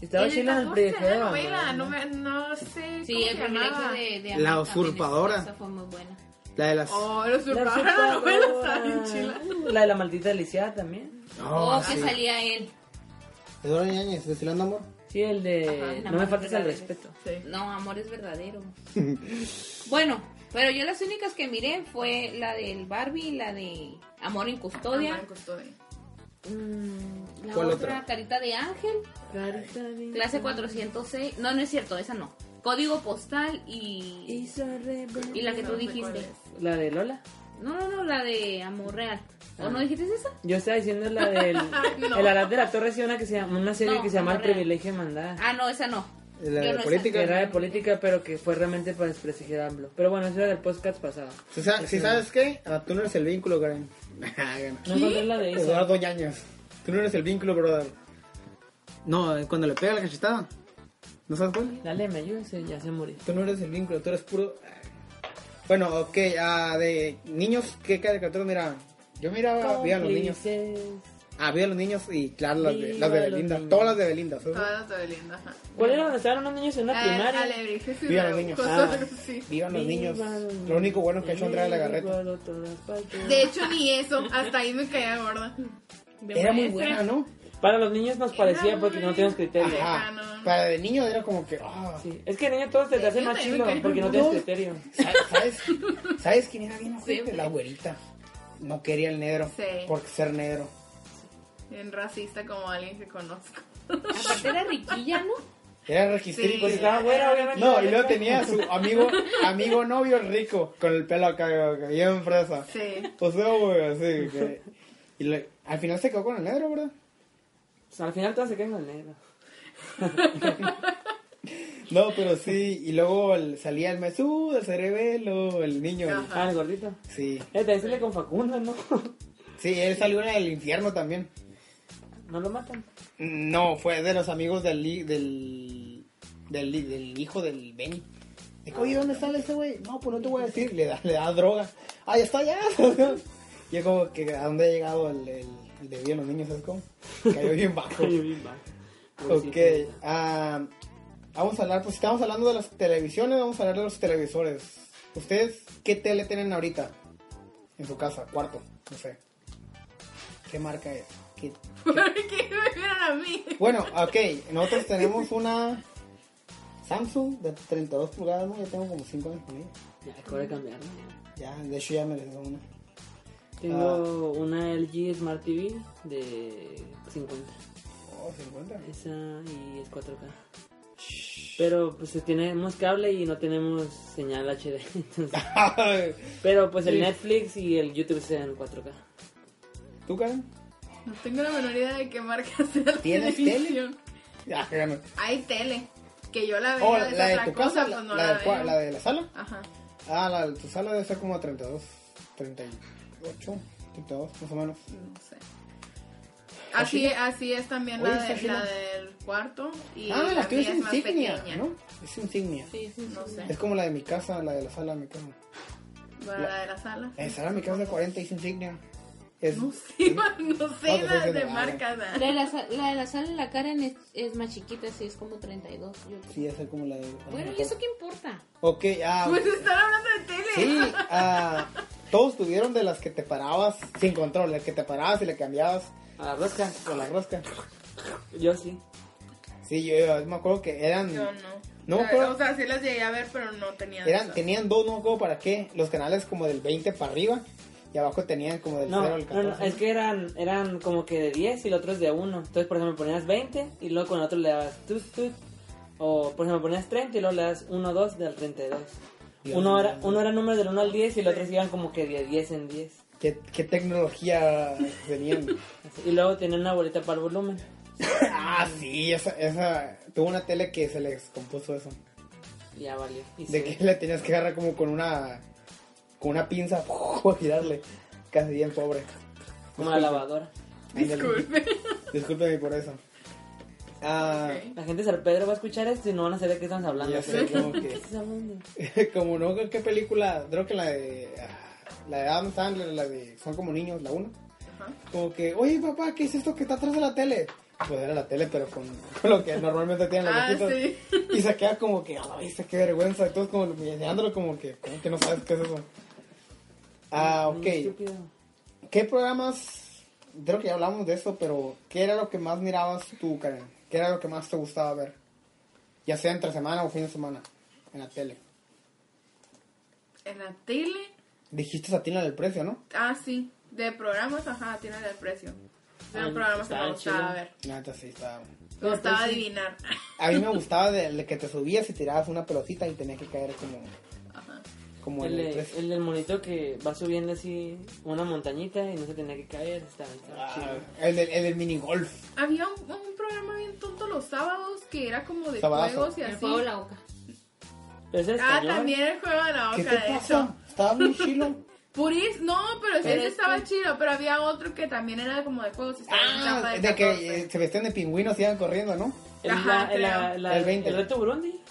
Speaker 4: Estaba
Speaker 3: En el
Speaker 4: chila en el
Speaker 3: tapón de la
Speaker 4: periférico,
Speaker 3: novela,
Speaker 4: ¿no?
Speaker 3: no, me, no sé
Speaker 2: Sí,
Speaker 3: cómo
Speaker 2: el
Speaker 3: se
Speaker 2: privilegio
Speaker 3: llamaba.
Speaker 2: de, de
Speaker 1: La
Speaker 2: América,
Speaker 1: usurpadora.
Speaker 2: Esa fue muy buena.
Speaker 1: La de las.
Speaker 3: Oh, los
Speaker 4: La
Speaker 3: usurpadores de la novela
Speaker 4: usurpadora.
Speaker 3: estaba bien chila.
Speaker 4: La de la maldita Alicia también.
Speaker 2: Oh,
Speaker 1: No, Ah,
Speaker 2: que
Speaker 1: sí.
Speaker 2: salía él.
Speaker 1: Eduardo Ñañez, destilando amor.
Speaker 4: Sí, el
Speaker 1: Eh,
Speaker 2: Ajá,
Speaker 4: de
Speaker 2: la
Speaker 4: No me
Speaker 2: maldita
Speaker 4: faltes al
Speaker 2: Alicia.
Speaker 4: respeto.
Speaker 3: Sí.
Speaker 2: No, amor es verdadero. bueno, pero yo las únicas que miré fue la del Barbie, la de Amor en Custodia,
Speaker 3: Amar en custodia.
Speaker 2: mm, la
Speaker 1: ¿Cuál
Speaker 2: otra,
Speaker 1: otra?
Speaker 2: Carita de Ángel, clase 406. No, no es cierto, esa no. Código postal y, y la que
Speaker 3: No
Speaker 2: tú
Speaker 3: sé cuál
Speaker 2: dijiste.
Speaker 3: es.
Speaker 4: La de Lola.
Speaker 2: No, no, no, la de Amor Real. ¿O
Speaker 4: Ah.
Speaker 2: no dijiste esa?
Speaker 4: Yo estaba diciendo la del.
Speaker 3: No.
Speaker 4: El Arad de la Torre, sí, una, que se llama, una serie
Speaker 2: No,
Speaker 4: que se llama El
Speaker 2: Amor Real.
Speaker 4: privilegio de mandar.
Speaker 2: Ah, no, esa no.
Speaker 1: La
Speaker 2: Yo
Speaker 1: de
Speaker 2: no esa.
Speaker 1: política.
Speaker 4: Que era de política, pero que fue realmente para desprestigiar a AMLO. Pero bueno, eso era del podcast pasado.
Speaker 1: Si, sa- si sabes qué, Ah, tú no eres el vínculo, Karen. Ah,
Speaker 4: No encontré la de Isa.
Speaker 1: Eduardo Ñañez. Tú no eres el vínculo, brother. No, eh, cuando le pega la cachetada. ¿No sabes cuál?
Speaker 4: Dale, me ayudas, ya se murió.
Speaker 1: Tú no eres el vínculo, tú eres puro. Bueno, ok, ah, de niños, ¿qué caricaturas miraban? Yo miraba, vi a los niños.
Speaker 4: Cómplices.
Speaker 1: Ah, vi a los niños y claro, las de, las de
Speaker 4: Viva los
Speaker 1: Belinda,
Speaker 4: niños. Ah,
Speaker 1: todas las de Belinda. ¿sabes?
Speaker 3: Todas las de Belinda, ajá.
Speaker 4: ¿Cuál era donde estaban unos niños en una
Speaker 3: Al-
Speaker 4: primaria?
Speaker 3: Alebrijes y
Speaker 1: Viva
Speaker 3: de-
Speaker 1: los niños.
Speaker 3: cosas
Speaker 1: Ah.
Speaker 3: así.
Speaker 1: Vivan los niños.
Speaker 4: Viva los
Speaker 1: Lo único bueno que ha hecho Andrea
Speaker 4: niños,
Speaker 1: Legarreta.
Speaker 4: por todas partes.
Speaker 3: De hecho, ni eso. Hasta ahí me caía gorda.
Speaker 2: De
Speaker 1: Era muy
Speaker 2: maestra.
Speaker 1: buena, ¿no?
Speaker 4: Para los niños nos parecía
Speaker 3: Era
Speaker 4: porque no
Speaker 3: muy-
Speaker 4: teníamos criterio.
Speaker 3: Ah,
Speaker 1: Ajá.
Speaker 3: no.
Speaker 1: Para de niño era como que. ah.
Speaker 4: Sí. Es que niños todos te, te hacen más chilo porque no tienes criterio.
Speaker 1: Sa- ¿Sabes, ¿Sabes quién era bien ojete?
Speaker 2: Siempre.
Speaker 1: La abuelita. No quería el negro.
Speaker 3: Sí.
Speaker 1: Porque ser negro.
Speaker 3: Bien racista como alguien que conozco.
Speaker 2: Aparte era riquilla, ¿no?
Speaker 1: Era registrico.
Speaker 4: Pues estaba buena, obviamente.
Speaker 1: No, y luego tenía a su amigo, amigo novio rico, con el pelo acá, acá, bien fresa.
Speaker 3: Sí.
Speaker 1: O sea, güey, así que- Y le- al final se quedó con el negro, ¿verdad?
Speaker 4: Pues Al final todos se quedan con el negro.
Speaker 1: No, pero sí, y luego el- salía el mesú, el cerebelo, el niño. el-
Speaker 3: Ajá.
Speaker 4: Ah, el gordito.
Speaker 1: sí,
Speaker 4: Eh, te decirle con Facundo, ¿no?
Speaker 1: sí, él salió en el infierno también.
Speaker 4: No lo matan.
Speaker 1: No, fue de los amigos del hi- del, del, del hijo del Benny. Dijo, oye, ¿dónde sale ese güey? No, pues no te voy a decir. Le da, le da droga. Ah, ya está, ya. Y es como que a dónde ha llegado el, el, el de bien los niños, ¿sabes cómo? Cayó bien bajo.
Speaker 4: Oye, bien mal.
Speaker 1: ok,
Speaker 4: Pobrecito.
Speaker 1: ah, vamos a hablar, pues estamos hablando de las televisiones, vamos a hablar de los televisores. ¿Ustedes qué tele tienen ahorita? En su casa, cuarto, no sé. ¿Qué marca es? ¿Qué,
Speaker 3: ¿Por qué me vieron a mí?
Speaker 1: bueno, ok, nosotros tenemos una Samsung de 32 pulgadas, ¿no? Yo tengo como 5 años con ella.
Speaker 4: Ya, acabo de cambiarlo.
Speaker 1: Ya, de hecho ya me les una.
Speaker 4: Tengo
Speaker 1: Ah.
Speaker 4: una LG Smart TV de 50.
Speaker 1: Oh, 50.
Speaker 4: Esa y es 4K. Pero pues tenemos cable y no tenemos señal HD. entonces- pero pues el
Speaker 1: Sí.
Speaker 4: Netflix y el YouTube sean 4K.
Speaker 1: ¿Tú, Karen?
Speaker 3: No tengo la menor idea de qué marca sea la
Speaker 1: ¿Tienes tele?
Speaker 3: televisión.
Speaker 1: Ya, que gano.
Speaker 3: Hay tele. Que yo la veo.
Speaker 1: Oh,
Speaker 3: es
Speaker 1: la de
Speaker 3: otra
Speaker 1: tu
Speaker 3: cosa,
Speaker 1: casa,
Speaker 3: pues
Speaker 1: la,
Speaker 3: no
Speaker 1: la
Speaker 3: la,
Speaker 1: del
Speaker 3: veo.
Speaker 1: cua- la de la sala.
Speaker 3: Ajá.
Speaker 1: Ah, la de tu sala debe ser como 32, 38, 32, más o menos.
Speaker 3: No sé. Así, así es también la,
Speaker 1: Oye, está
Speaker 3: de-
Speaker 1: chila.
Speaker 3: la del cuarto. Y
Speaker 1: ah,
Speaker 3: la
Speaker 1: la tuya
Speaker 3: mía
Speaker 1: es
Speaker 3: es más
Speaker 1: insignia,
Speaker 3: pequeña.
Speaker 1: ¿no? Es insignia.
Speaker 2: Sí, sí, sí.
Speaker 3: No sé.
Speaker 1: Es como la de mi casa, la de la sala de mi casa.
Speaker 3: Para la de la sala.
Speaker 1: La de sala de mi casa es de 40 y es insignia. Es,
Speaker 3: No sé, no
Speaker 1: Ah,
Speaker 3: sé
Speaker 1: pues
Speaker 3: las
Speaker 1: es
Speaker 3: de
Speaker 1: de-
Speaker 3: marcas. ah.
Speaker 2: La de la, sal- la de la sal en la Karen es, es más chiquita, sí, es como 32. Yo creo.
Speaker 1: Sí, debe ser como la de... la de
Speaker 2: Bueno,
Speaker 1: mi
Speaker 2: ¿y
Speaker 1: casa.
Speaker 2: eso qué importa?
Speaker 1: Ok, ah,
Speaker 3: Pues están hablando de tele.
Speaker 1: sí, ah, todos tuvieron de las que te parabas sin control, la que te parabas y le cambiabas
Speaker 4: A la rosca.
Speaker 1: con la rosca.
Speaker 4: Yo sí.
Speaker 1: Sí, yo, yo me acuerdo que eran,
Speaker 3: Yo no.
Speaker 1: No,
Speaker 3: O sea,
Speaker 1: pero-
Speaker 3: O sea, sí las llegué a ver, pero no tenía.
Speaker 1: eran
Speaker 3: esas.
Speaker 1: tenían dos, no me acuerdo para qué, los canales como del 20 para arriba y abajo tenían como del
Speaker 4: No,
Speaker 1: 0 al
Speaker 4: no,
Speaker 1: 14.
Speaker 4: no, es que eran, eran como que de 10 y el otro es de 1. Entonces, por ejemplo, ponías 20 y luego con el otro le dabas tut tut. O, por ejemplo, ponías 30 y luego le das 1, 2 del 32.
Speaker 1: Dios
Speaker 4: Uno
Speaker 1: mío.
Speaker 4: era, uno era número del 1 al 10 y el otro se iban como que de 10 en 10.
Speaker 1: ¿Qué, qué tecnología tenían?
Speaker 4: Así. Y luego tenían una bolita para el volumen.
Speaker 1: ah, sí, esa, esa, tuvo una tele que se les compuso eso.
Speaker 4: Y ya valió. Y
Speaker 1: De
Speaker 4: sí.
Speaker 1: que le tenías que agarrar como con una, con una pinza, a girarle, casi bien pobre.
Speaker 4: Como la lavadora.
Speaker 1: Ándale.
Speaker 3: Disculpe.
Speaker 1: Discúlpeme por eso. Ah,
Speaker 3: Ok.
Speaker 4: La gente de San Pedro va a escuchar esto y no van a saber de qué estamos hablando.
Speaker 1: Ya sé,
Speaker 4: pero-
Speaker 1: como que-
Speaker 4: ¿Qué estás hablando?
Speaker 1: como no, ¿qué película? Creo que la de, ah, la de Adam Sandler, la de Son como niños, la 1.
Speaker 3: Ajá.
Speaker 1: Como que, oye papá, ¿qué es esto que está atrás de la tele? pues era la tele, pero con, con lo que normalmente tienen los
Speaker 3: Ah,
Speaker 1: viejitos.
Speaker 3: sí.
Speaker 1: Y se queda como que, ay, se qué vergüenza. Y todos como mirándolo como que, como que no sabes qué es eso. Ah, ok.
Speaker 4: Estúpido.
Speaker 1: ¿Qué programas? Creo que ya hablamos de eso, pero ¿qué era lo que más mirabas tú, Karen? ¿Qué era lo que más te gustaba ver? Ya sea entre semana o fin de semana, en la tele.
Speaker 3: En la tele.
Speaker 1: Dijiste a Tina del precio, ¿no?
Speaker 3: Ah, sí. De programas, ajá, tiene el precio. De
Speaker 4: Ah,
Speaker 3: los programas que
Speaker 4: está
Speaker 3: me gustaba
Speaker 4: chido.
Speaker 3: ver.
Speaker 1: La neta sí, estaba.
Speaker 3: Me gustaba adivinar.
Speaker 1: A mí me gustaba de, de que te subías y tirabas una pelotita y tenías que caer como,
Speaker 3: Ajá.
Speaker 1: como
Speaker 4: El,
Speaker 1: en el
Speaker 4: de-
Speaker 1: precio.
Speaker 4: el del monito que va subiendo así una montañita y no se tenía que caer. Está, está
Speaker 1: Ah,
Speaker 4: chido.
Speaker 1: el, del, el del minigolf.
Speaker 3: Había un, un programa bien tonto los sábados que era como de
Speaker 1: Sabadazo.
Speaker 3: juegos y
Speaker 2: El
Speaker 3: así.
Speaker 2: juego de la boca.
Speaker 4: Pero es en
Speaker 3: Ah,
Speaker 4: español.
Speaker 3: también el juego de la boca,
Speaker 1: ¿Qué te
Speaker 3: de hecho.
Speaker 1: pasa? Estaba muy chilo.
Speaker 3: Puris, no, pero,
Speaker 2: Pero
Speaker 3: ese
Speaker 2: es
Speaker 3: estaba
Speaker 2: que-
Speaker 3: chido, pero había otro que también era como de juegos y estaba en chapa
Speaker 1: Ah,
Speaker 3: de
Speaker 1: de
Speaker 3: 14.
Speaker 1: que eh, se vestían de pingüinos y iban corriendo, ¿no?
Speaker 4: El,
Speaker 3: Ajá,
Speaker 4: la- la-
Speaker 3: creo.
Speaker 4: la-
Speaker 1: El 20.
Speaker 4: el reto Burundi.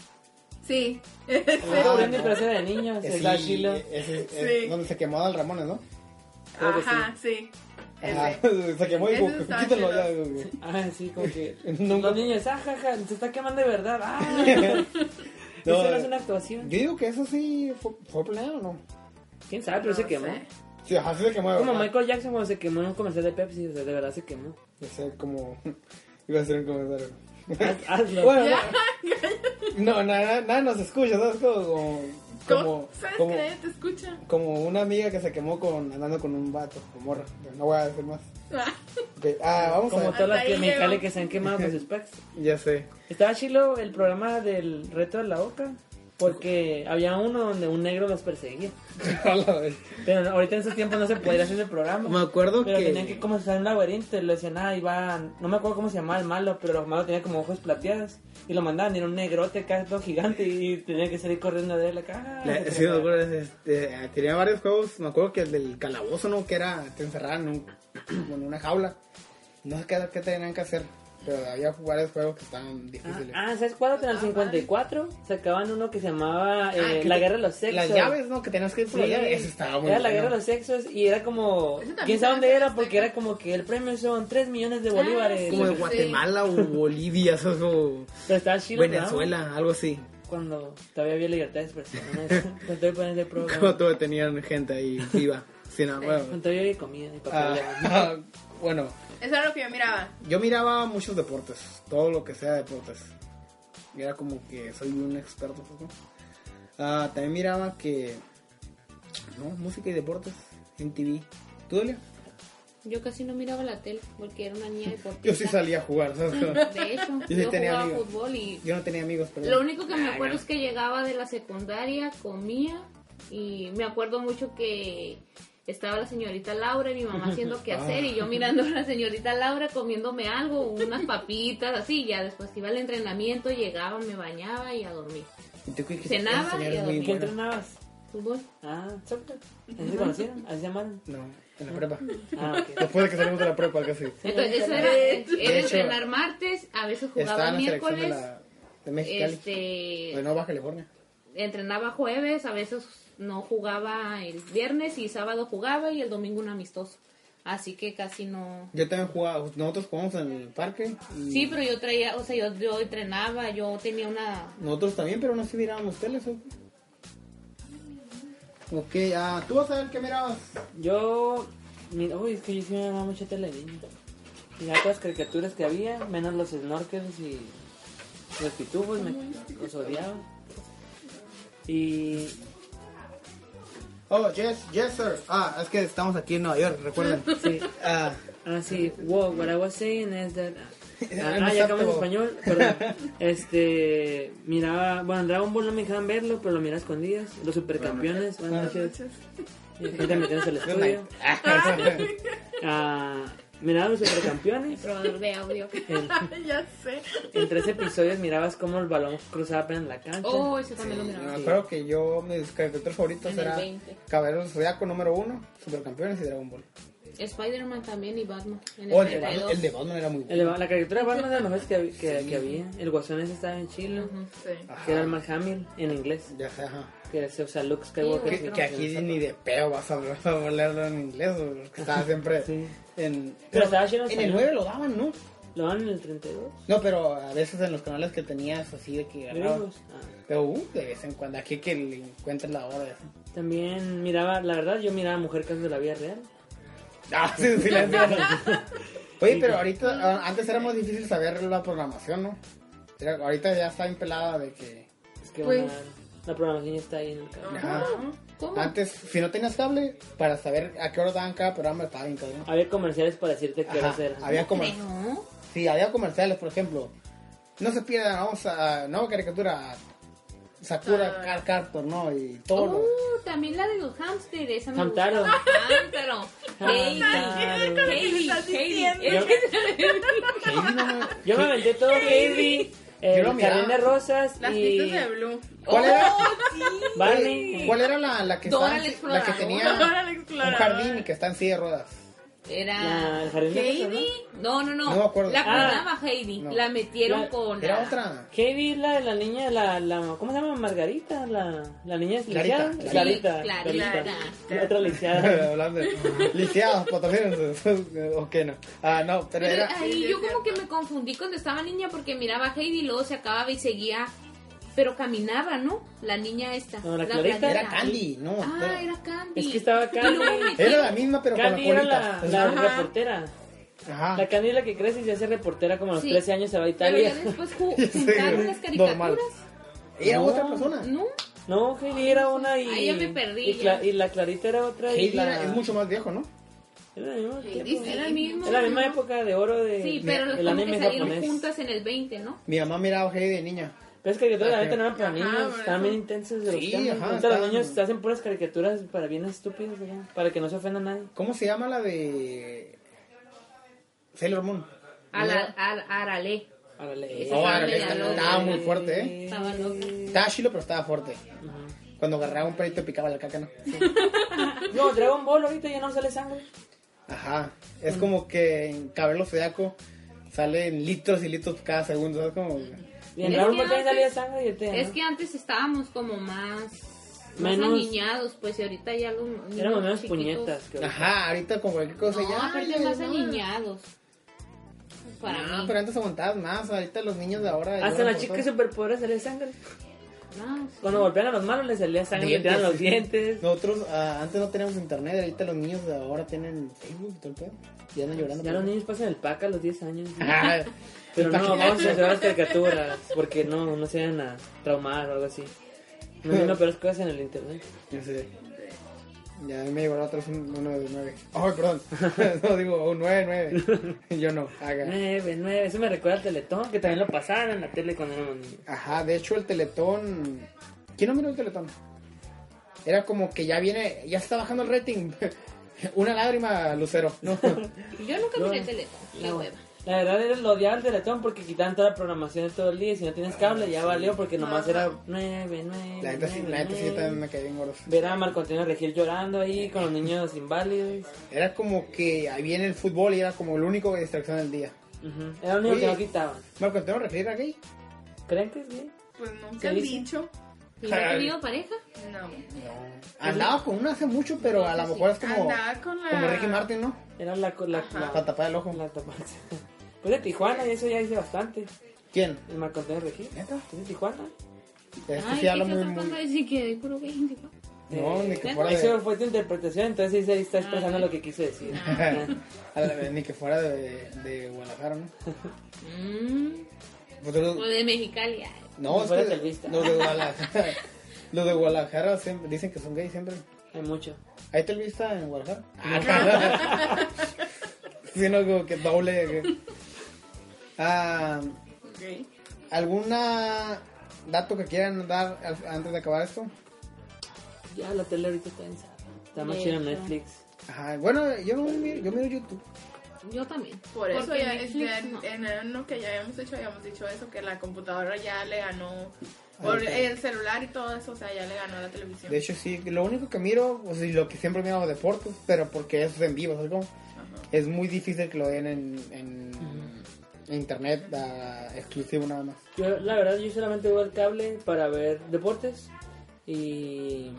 Speaker 3: Sí.
Speaker 4: El reto
Speaker 1: Ah,
Speaker 4: Burundi,
Speaker 1: no.
Speaker 4: pero ese de niños.
Speaker 1: Eh,
Speaker 4: Está
Speaker 1: sí,
Speaker 4: chilo.
Speaker 1: eh, ese es- es
Speaker 3: Sí.
Speaker 1: donde se quemó Adal Ramones, ¿no?
Speaker 4: Creo que
Speaker 3: Ajá, sí. Ese.
Speaker 1: Ajá, se quemó y
Speaker 3: Ese
Speaker 1: como que
Speaker 3: está
Speaker 1: quítalo
Speaker 3: chido.
Speaker 1: ya. güey.
Speaker 4: Ah, sí, como que
Speaker 1: Nunca-
Speaker 4: los niños, ah, jaja, se está quemando de verdad. Ah,
Speaker 1: No,
Speaker 4: eso no es
Speaker 1: eh,
Speaker 4: una actuación.
Speaker 1: Yo digo que eso sí fue, fue planeado, ¿no?
Speaker 4: ¿Quién sabe? Pero
Speaker 3: No
Speaker 4: se quemó.
Speaker 3: sé.
Speaker 1: Sí, ajá, sí se quemó. de
Speaker 4: Como
Speaker 1: verdad.
Speaker 4: Michael Jackson cuando se quemó en un comercial de Pepsi, o sea, de verdad se quemó.
Speaker 1: O sea, como... Iba a hacer un comentario.
Speaker 4: Haz- hazlo.
Speaker 1: Bueno, no, nada, nada nos escucha, ¿sabes? Como... Como,
Speaker 3: ¿Cómo? ¿Sabes
Speaker 1: como,
Speaker 3: que nadie te escucha?
Speaker 1: como una amiga que se quemó con andando con un vato, con morra. No voy a decir más. Ok, Ah, vamos
Speaker 4: como
Speaker 1: a ver.
Speaker 4: todas las
Speaker 3: Hasta ahí
Speaker 4: quimicales
Speaker 3: llegó.
Speaker 4: que se han quemado con sus packs.
Speaker 1: Ya sé.
Speaker 4: Estaba chilo el programa del reto de la boca, porque había uno donde un negro los perseguía.
Speaker 1: A la vez.
Speaker 4: Pero ahorita en esos tiempos no se podía hacer ese programa.
Speaker 1: Me acuerdo
Speaker 4: pero
Speaker 1: que-
Speaker 4: tenían que como estar en un laberinto y lo decían, ah, iba, no me acuerdo cómo se llamaba el malo, pero el malo tenía como ojos plateados y lo mandaban, y era un negrote acá todo gigante y tenía que salir corriendo de él acá. Ah,
Speaker 1: La- sí, me acuerdo, de ese, este, tenía varios juegos, me acuerdo que el del calabozo, ¿no? Que era, te encerraban en, un- como en una jaula. No sé qué, qué tenían que hacer, pero había varios juegos que estaban
Speaker 4: Ah,
Speaker 1: difíciles.
Speaker 4: ah, ¿sabes cuál? En el 54 sacaban uno que se llamaba eh,
Speaker 1: Ah, que
Speaker 4: La
Speaker 1: te-
Speaker 4: Guerra de los Sexos.
Speaker 1: Las llaves, ¿no? Que tenías que ir por
Speaker 4: Sí,
Speaker 1: las llaves. Eso estaba muy
Speaker 4: Era la
Speaker 1: bueno.
Speaker 4: guerra de los sexos y era como.
Speaker 3: Ese también
Speaker 4: ¿Quién sabe
Speaker 3: estaba
Speaker 4: dónde
Speaker 3: en
Speaker 4: era?
Speaker 3: la
Speaker 4: Porque
Speaker 3: Azteca.
Speaker 4: era como que el premio son 3 millones de bolívares.
Speaker 1: Como de
Speaker 2: Sí.
Speaker 1: Guatemala o Bolivia, eso es como
Speaker 4: Pero estaba chido, ¿no?
Speaker 1: Venezuela, algo así.
Speaker 4: Cuando todavía había libertad de expresión. ¿no? Cuando todavía ponían de prueba.
Speaker 1: Como todo tenían gente ahí viva. sin nada, bueno.
Speaker 4: Cuando todavía había comida y
Speaker 1: Ah,
Speaker 4: papel.
Speaker 1: bueno,
Speaker 3: Eso era lo que yo miraba.
Speaker 1: Yo miraba muchos deportes, todo lo que sea deportes. Y Era como que soy un experto. pues, ¿no? Ah, también miraba que. No, música y deportes en TV. ¿Tú, Delia?
Speaker 2: Yo casi no miraba la tele porque era una niña deportista.
Speaker 1: Yo sí salía a jugar, ¿sabes?
Speaker 2: De hecho,
Speaker 1: Yo
Speaker 2: yo,
Speaker 1: sí tenía
Speaker 2: jugaba
Speaker 1: amigos.
Speaker 2: fútbol y
Speaker 1: Yo no tenía amigos, pero.
Speaker 2: lo único que me acuerdo es que llegaba de la secundaria, comía y me acuerdo mucho que estaba la señorita Laura y mi mamá haciendo qué hacer
Speaker 1: Ah.
Speaker 2: y yo mirando a la señorita Laura comiéndome algo, unas papitas, así, ya después iba al entrenamiento, llegaba, me bañaba y a dormir.
Speaker 1: Y tú que- que-
Speaker 2: Cenaba
Speaker 1: esa señora
Speaker 2: y
Speaker 1: es
Speaker 2: a
Speaker 1: muy
Speaker 2: dormir.
Speaker 4: ¿Qué
Speaker 1: buena.
Speaker 4: entrenabas?
Speaker 2: Fútbol.
Speaker 4: Ah, soccer. ¿Así se conocieron? ¿Así se llamaron?
Speaker 1: No, en la prepa.
Speaker 4: Ah, ok.
Speaker 1: Después de que salimos de la prepa, casi.
Speaker 2: Entonces eso era,
Speaker 1: De
Speaker 2: era
Speaker 1: hecho,
Speaker 2: entrenar martes, a veces
Speaker 1: Estaba
Speaker 2: jugaba
Speaker 1: en la selección de,
Speaker 2: miércoles,
Speaker 1: la, de Mexicali.
Speaker 2: este,
Speaker 1: De Nueva California.
Speaker 2: entrenaba jueves, a veces no jugaba el viernes y sábado jugaba y el domingo un amistoso. Así que casi no.
Speaker 1: Yo también jugaba, nosotros jugamos en el parque. y-
Speaker 2: Sí, pero yo traía, o sea, yo, yo entrenaba, yo tenía una...
Speaker 1: Nosotros también, pero no se mirábamos teles. ¿eh? Ok, ah, tú vas a ver qué mirabas.
Speaker 4: Yo. Mira, uy, es que yo sí me daba mucha tele de niño. Miraba todas las caricaturas que había, menos los snorkels y los pitufos, me, los odiaba. Y.
Speaker 1: Oh, yes, yes, sir. Ah, es que estamos aquí en Nueva York, recuerden.
Speaker 4: Sí.
Speaker 1: Ah,
Speaker 4: Ah, sí, wow, what I was saying is that. Ah,
Speaker 1: I'm
Speaker 4: ah, ya acabamos en
Speaker 1: acceptable.
Speaker 4: español, perdón. Este. Miraba. Bueno, Dragon Ball no me dejaban verlo, pero lo miraba a escondidas. Los supercampeones, buenas noches. Y gente metiéndose al
Speaker 1: good night.
Speaker 4: estudio.
Speaker 1: Ah,
Speaker 4: Ah, miraba los supercampeones.
Speaker 2: Probador de audio.
Speaker 4: El-
Speaker 3: ya sé.
Speaker 4: En tres episodios mirabas cómo el balón cruzaba apenas la cancha.
Speaker 2: Oh, ese también lo
Speaker 1: me
Speaker 2: miraba.
Speaker 1: acuerdo que yo, mis caricaturas favoritos
Speaker 2: En el
Speaker 1: eran
Speaker 2: 20.
Speaker 1: Caballeros del Zodiaco número uno, Supercampeones y Dragon Ball.
Speaker 2: Spider-Man también y Batman. En el
Speaker 1: Oh, el de
Speaker 2: 32.
Speaker 1: Batman, el de Batman era muy
Speaker 4: El
Speaker 1: bueno.
Speaker 4: de- la caricatura de Batman era de las mejores que, hab- que, que había. El guasón ese estaba en Chile.
Speaker 3: Sí.
Speaker 4: Que era el Mark Hamill en inglés.
Speaker 1: Ya sé, ajá.
Speaker 4: Que es, o sea, Luke Skywalker.
Speaker 1: Que, que aquí ni de peo vas a, vas a hablarlo en inglés, porque estaba siempre
Speaker 4: Sí.
Speaker 1: en...
Speaker 4: Pero estaba lleno de
Speaker 1: en el
Speaker 4: español.
Speaker 1: 9 lo daban, ¿no?
Speaker 4: ¿Lo dan en el 32?
Speaker 1: No, pero a veces en los canales que tenías así de que agarrabas.
Speaker 4: Gringos. Ah.
Speaker 1: Pero uh, de vez en cuando, aquí que le encuentras la hora. así.
Speaker 4: También miraba, la verdad, yo miraba Mujer Caso de la Vida Real.
Speaker 1: Ah, sí, sí, la entiendo. Oye, pero ahorita, a- antes era más difícil saber la programación, ¿no? Era- ahorita ya está impelada de que.
Speaker 4: Es que
Speaker 3: Pues-
Speaker 4: una- la programación ya está ahí en el canal.
Speaker 1: Ajá.
Speaker 2: Ah, ¿Cómo?
Speaker 1: Antes, si no tenías cable, para saber a qué hora daban cada programa, estaba bien cabrón.
Speaker 4: Había comerciales para decirte
Speaker 1: Ajá,
Speaker 4: qué horas eran.
Speaker 1: Había como.
Speaker 2: Creo.
Speaker 1: Sí, había comerciales, por ejemplo. No se pierdan, vamos a. No, caricatura. Sakura
Speaker 3: Ah.
Speaker 1: Car Cartor, ¿no? Y todo. lo-
Speaker 2: Uh, también la de los hamsters, esa me
Speaker 4: Hamtaro.
Speaker 2: gustaba. Hamtaro. Heidi.
Speaker 4: Hamtaro.
Speaker 2: Heidi,
Speaker 3: ¿Qué estás
Speaker 2: Heidi.
Speaker 3: diciendo?
Speaker 2: Es que-
Speaker 1: Sí, no me-
Speaker 4: Yo me aventé todo Heidi,
Speaker 1: Yo lo
Speaker 4: el
Speaker 1: miraba.
Speaker 4: Jardín de Rosas
Speaker 3: Las
Speaker 4: y
Speaker 3: pistas de Blue.
Speaker 1: ¿Cuál era?
Speaker 4: Barney.
Speaker 1: ¿Cuál era la, la que
Speaker 2: Oh, Dora
Speaker 1: estaba en-
Speaker 2: la
Speaker 1: La que
Speaker 2: Exploradora.
Speaker 1: tenía
Speaker 3: Ahora la
Speaker 1: un
Speaker 3: exploradora.
Speaker 1: jardín y que está en silla de ruedas.
Speaker 4: La-
Speaker 2: Era.
Speaker 4: el Jardín de Rosas,
Speaker 3: Heidi.
Speaker 2: No, no, no.
Speaker 1: No me acuerdo.
Speaker 2: La
Speaker 4: Ah.
Speaker 2: clonaba Heidi.
Speaker 1: No.
Speaker 2: La metieron
Speaker 4: La-
Speaker 2: con.
Speaker 1: Era
Speaker 2: la-
Speaker 1: otra.
Speaker 4: ¿no? Heidi, la, la niña, la, la, ¿cómo se llama? Margarita, la, la niña lisiada.
Speaker 1: Clarita.
Speaker 4: Clarita.
Speaker 2: Sí, Clarita.
Speaker 4: La otra lisiada.
Speaker 1: Hablando de lisiados, patrocínenos. o qué no. Ah, no, pero
Speaker 2: Pero
Speaker 1: era.
Speaker 2: ahí yo como que me confundí cuando estaba niña porque miraba a Heidi y luego se acababa y seguía. Pero caminaba, ¿no? La niña esta.
Speaker 4: No, la Clarita.
Speaker 2: blanquita.
Speaker 1: Era Candy, no.
Speaker 2: Ah, era Candy.
Speaker 4: Es que estaba
Speaker 2: Y luego
Speaker 4: Candy.
Speaker 2: metieron-
Speaker 1: Era la misma, pero
Speaker 4: Candy
Speaker 1: con
Speaker 4: era
Speaker 1: las
Speaker 4: la,
Speaker 1: colitas.
Speaker 4: la
Speaker 3: Ajá.
Speaker 4: reportera.
Speaker 1: Ajá.
Speaker 4: La Candy es la que crece y se hace reportera como a los
Speaker 2: Sí.
Speaker 4: 13 años se va a
Speaker 2: Pero
Speaker 4: Italia.
Speaker 2: ya después ju-
Speaker 1: Sí,
Speaker 2: juntaron las
Speaker 1: güey, normal.
Speaker 2: caricaturas.
Speaker 1: Era
Speaker 4: No.
Speaker 1: otra persona.
Speaker 2: ¿No?
Speaker 4: No, Heidi era una y.
Speaker 2: Ay, ya me perdí,
Speaker 4: Y, Cla-
Speaker 2: ya.
Speaker 4: y la Clarita era otra. y
Speaker 1: Heidi
Speaker 4: la-
Speaker 1: era- es mucho más viejo, ¿no?
Speaker 4: Era la misma,
Speaker 3: Heidi,
Speaker 4: época.
Speaker 2: Era el mismo.
Speaker 4: Era la misma
Speaker 2: ¿no?
Speaker 4: época de oro de.
Speaker 2: Sí, pero
Speaker 4: del
Speaker 2: los como
Speaker 4: anime
Speaker 2: que salieron
Speaker 4: japonés.
Speaker 2: juntas en el 20, ¿no?
Speaker 1: Mi mamá miraba a Heidi de niña.
Speaker 4: Pero es caricaturas, la neta, no eran para
Speaker 3: Ajá,
Speaker 4: niños.
Speaker 3: por
Speaker 4: Estaban
Speaker 3: eso.
Speaker 4: bien intensas de los
Speaker 1: Sí,
Speaker 4: temas.
Speaker 1: ajá,
Speaker 4: Ahorita los
Speaker 1: estaban-
Speaker 4: niños hacen puras caricaturas para bien estúpidas, ya, para que no se ofenda a nadie.
Speaker 1: ¿Cómo se llama la de. Sailor Moon?
Speaker 2: A la, a, a Arale.
Speaker 4: Árale.
Speaker 2: Esa estaba
Speaker 1: Árale,
Speaker 2: media loca.
Speaker 1: estaba muy fuerte, ¿eh?
Speaker 2: Estaba loca.
Speaker 1: Estaba chilo, pero estaba fuerte. Cuando agarraba un perrito picaba la caca, ¿no?
Speaker 4: No, Dragon Ball ahorita ya no sale sangre.
Speaker 1: Ajá. Es como que en Cabello Zodiaco salen litros y litros cada segundo. ¿sabes? Como...
Speaker 4: Y en
Speaker 2: Es
Speaker 4: Dragon
Speaker 2: que
Speaker 4: Ball también
Speaker 2: antes-
Speaker 4: salía sangre y ahorita ya
Speaker 2: Es
Speaker 4: no.
Speaker 2: que antes estábamos como más, más
Speaker 4: Menos-
Speaker 2: aniñados, pues y ahorita ya los niños
Speaker 4: Éramos menos
Speaker 2: chiquitos-
Speaker 4: puñetas. Que ahorita.
Speaker 1: Ajá, ahorita con cualquier
Speaker 2: No,
Speaker 1: cosa ya.
Speaker 2: aparte
Speaker 1: ya, Pues
Speaker 2: más
Speaker 1: no. Ah,
Speaker 2: aniñados. Para
Speaker 1: No,
Speaker 2: mí.
Speaker 1: pero antes aguantabas más. Ahorita los niños de ahora.
Speaker 4: Hasta
Speaker 1: lloran
Speaker 4: en las
Speaker 1: por
Speaker 4: chicas
Speaker 1: todo.
Speaker 4: superpoderes salía sangre.
Speaker 2: No, sí.
Speaker 4: Cuando golpean a los malos les salía sangre, le tiraban los
Speaker 1: sí.
Speaker 4: dientes.
Speaker 1: Nosotros ah, antes no teníamos internet. Ahorita los niños de ahora tienen Facebook y todo el pedo. Ya andan llorando.
Speaker 4: Ya
Speaker 1: por
Speaker 4: los
Speaker 1: todo.
Speaker 4: niños pasan el pack a los 10 años.
Speaker 1: Ajá.
Speaker 4: Pero no,
Speaker 1: Imagínate.
Speaker 4: vamos a censurar las caricaturas. Porque no, no se van a traumar o algo así. No viendo peores cosas en el internet.
Speaker 1: No sé. Ya a mí me llegó la otra vez un- uno de nueve. Ay, perdón. no, digo, un nueve, nueve. Yo no, haga.
Speaker 4: 9, 9. Eso me recuerda al Teletón, que también lo pasaban en la tele cuando éramos niños.
Speaker 1: Ajá, de hecho el Teletón... ¿Quién no miró el Teletón? Era como que ya viene, ya está bajando el rating. Una lágrima, Lucero. No.
Speaker 2: Yo nunca
Speaker 4: No.
Speaker 2: miré el teléfono, la hueva.
Speaker 4: La verdad era lo odiaba el Teletón porque quitaban toda la programación de todo el día. Y si no tienes cable, ya valió porque nomás era 9, 9.
Speaker 1: Ah, La neta sí, la neta sí, yo también me quedé bien gordo.
Speaker 4: Ver a Marco Antonio Regil llorando ahí con los niños inválidos.
Speaker 1: Era como que ahí viene el fútbol y era como el único distracción del día.
Speaker 4: Ujú. Era lo único que
Speaker 1: Oye.
Speaker 4: no quitaban.
Speaker 1: Marco Antonio referir a gay.
Speaker 4: ¿Creen que es gay?
Speaker 3: Pues
Speaker 4: ¿Qué
Speaker 3: nunca han
Speaker 4: dice?
Speaker 3: dicho.
Speaker 2: ¿Y no he tenido pareja?
Speaker 3: No.
Speaker 1: Andaba con una hace mucho, pero a lo mejor es como,
Speaker 3: Andaba con la-
Speaker 1: como Ricky Martin, ¿no?
Speaker 4: Era la. co- la, la,
Speaker 1: Para tapar el ojo.
Speaker 4: la tapa- Pues de Tijuana, y eso ya hice bastante.
Speaker 1: ¿Quién?
Speaker 4: El Marco Antonio Regil.
Speaker 1: ¿Neta?
Speaker 4: ¿Es de Tijuana?
Speaker 1: Es que
Speaker 2: Ay,
Speaker 1: sí habla
Speaker 2: ¿qué
Speaker 1: muy,
Speaker 2: estás tratando
Speaker 1: muy...
Speaker 2: de decir que de puro 20? ¿no?
Speaker 1: No, ni que
Speaker 2: ¿Neta?
Speaker 1: fuera
Speaker 4: Eh, Eso
Speaker 1: de...
Speaker 4: fue tu interpretación, entonces ahí está expresando lo que quiso decir.
Speaker 1: a la- ni que fuera de, de Guadalajara, ¿no?
Speaker 2: Mm,
Speaker 1: Pues los-
Speaker 2: o de Mexicali. ay.
Speaker 1: no,
Speaker 4: Ni
Speaker 1: es
Speaker 4: fuera
Speaker 1: que
Speaker 4: televista.
Speaker 1: los de Guadalajara, los de Guadalajara siempre, dicen que son gays siempre.
Speaker 4: Hay mucho.
Speaker 1: ¿Hay televista en Guadalajara? Ah, sí, no, como que doble. que- Ah,
Speaker 3: Ok.
Speaker 1: ¿Alguna dato que quieran dar al- antes de acabar esto?
Speaker 4: Ya la tele ahorita está en sala. Está más
Speaker 2: De
Speaker 4: chido en
Speaker 2: hecho.
Speaker 4: Netflix.
Speaker 1: Ajá, bueno, yo, no miro, yo miro YouTube.
Speaker 2: Yo también.
Speaker 3: Por eso
Speaker 2: Porque
Speaker 3: ya
Speaker 2: Netflix,
Speaker 3: este,
Speaker 2: no.
Speaker 3: en el año que ya habíamos hecho, habíamos dicho eso, que la computadora ya le ganó
Speaker 1: Ahí
Speaker 3: por
Speaker 1: está.
Speaker 3: el celular y todo eso, o sea, ya le ganó a la
Speaker 1: E.
Speaker 3: televisión.
Speaker 1: De hecho, sí, lo único que miro, o sea, y lo que siempre miro deportes, pero porque eso es en vivo, ¿sabes cómo? Es muy difícil que lo den en, en- en internet ah, exclusivo nada más.
Speaker 4: Yo, la verdad, yo solamente voy al cable para ver deportes y.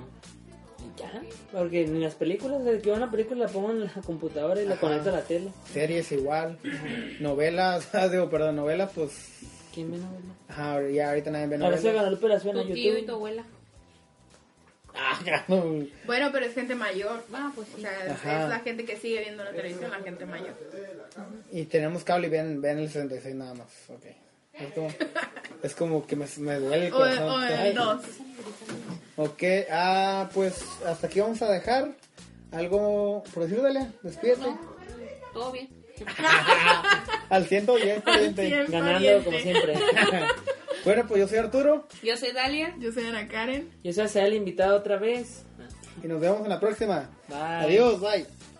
Speaker 4: Y ya, porque ni las películas, desde que veo una película la pongo en la computadora y la
Speaker 1: Ajá.
Speaker 4: conecto a la tele.
Speaker 1: Series igual. novelas, ah, digo, perdón, novelas, pues.
Speaker 4: ¿Quién ve novela?
Speaker 1: Ajá, ya ahorita nadie ve
Speaker 4: A veces
Speaker 1: novelas.
Speaker 4: ganó operación a
Speaker 2: Tu tío y tu
Speaker 4: YouTube.
Speaker 2: abuela.
Speaker 1: Ah, ganó.
Speaker 3: Bueno, pero es gente mayor.
Speaker 2: Ah, pues
Speaker 3: O
Speaker 2: sí.
Speaker 3: sea, es-
Speaker 1: Ajá.
Speaker 3: es la gente que sigue viendo la televisión, la gente mayor.
Speaker 1: Y tenemos cable y ven, ven el 66 nada más. Ok. Es como, es como que me, me duele el
Speaker 3: O,
Speaker 1: corazón.
Speaker 3: o
Speaker 1: Ay.
Speaker 3: el dos.
Speaker 1: Ok, ah, pues hasta aquí vamos a dejar. Algo por decir, Delia, despídete.
Speaker 2: Todo bien.
Speaker 1: Al 110, pariente.
Speaker 3: Siempre
Speaker 4: Ganando
Speaker 3: oriente.
Speaker 4: como siempre.
Speaker 1: Bueno, pues yo soy Arturo
Speaker 2: Yo soy Dalia.
Speaker 3: Yo soy Ana Karen.
Speaker 4: Yo soy el invitado otra vez.
Speaker 1: y nos vemos en la próxima.
Speaker 4: Bye.
Speaker 1: Adiós, bye.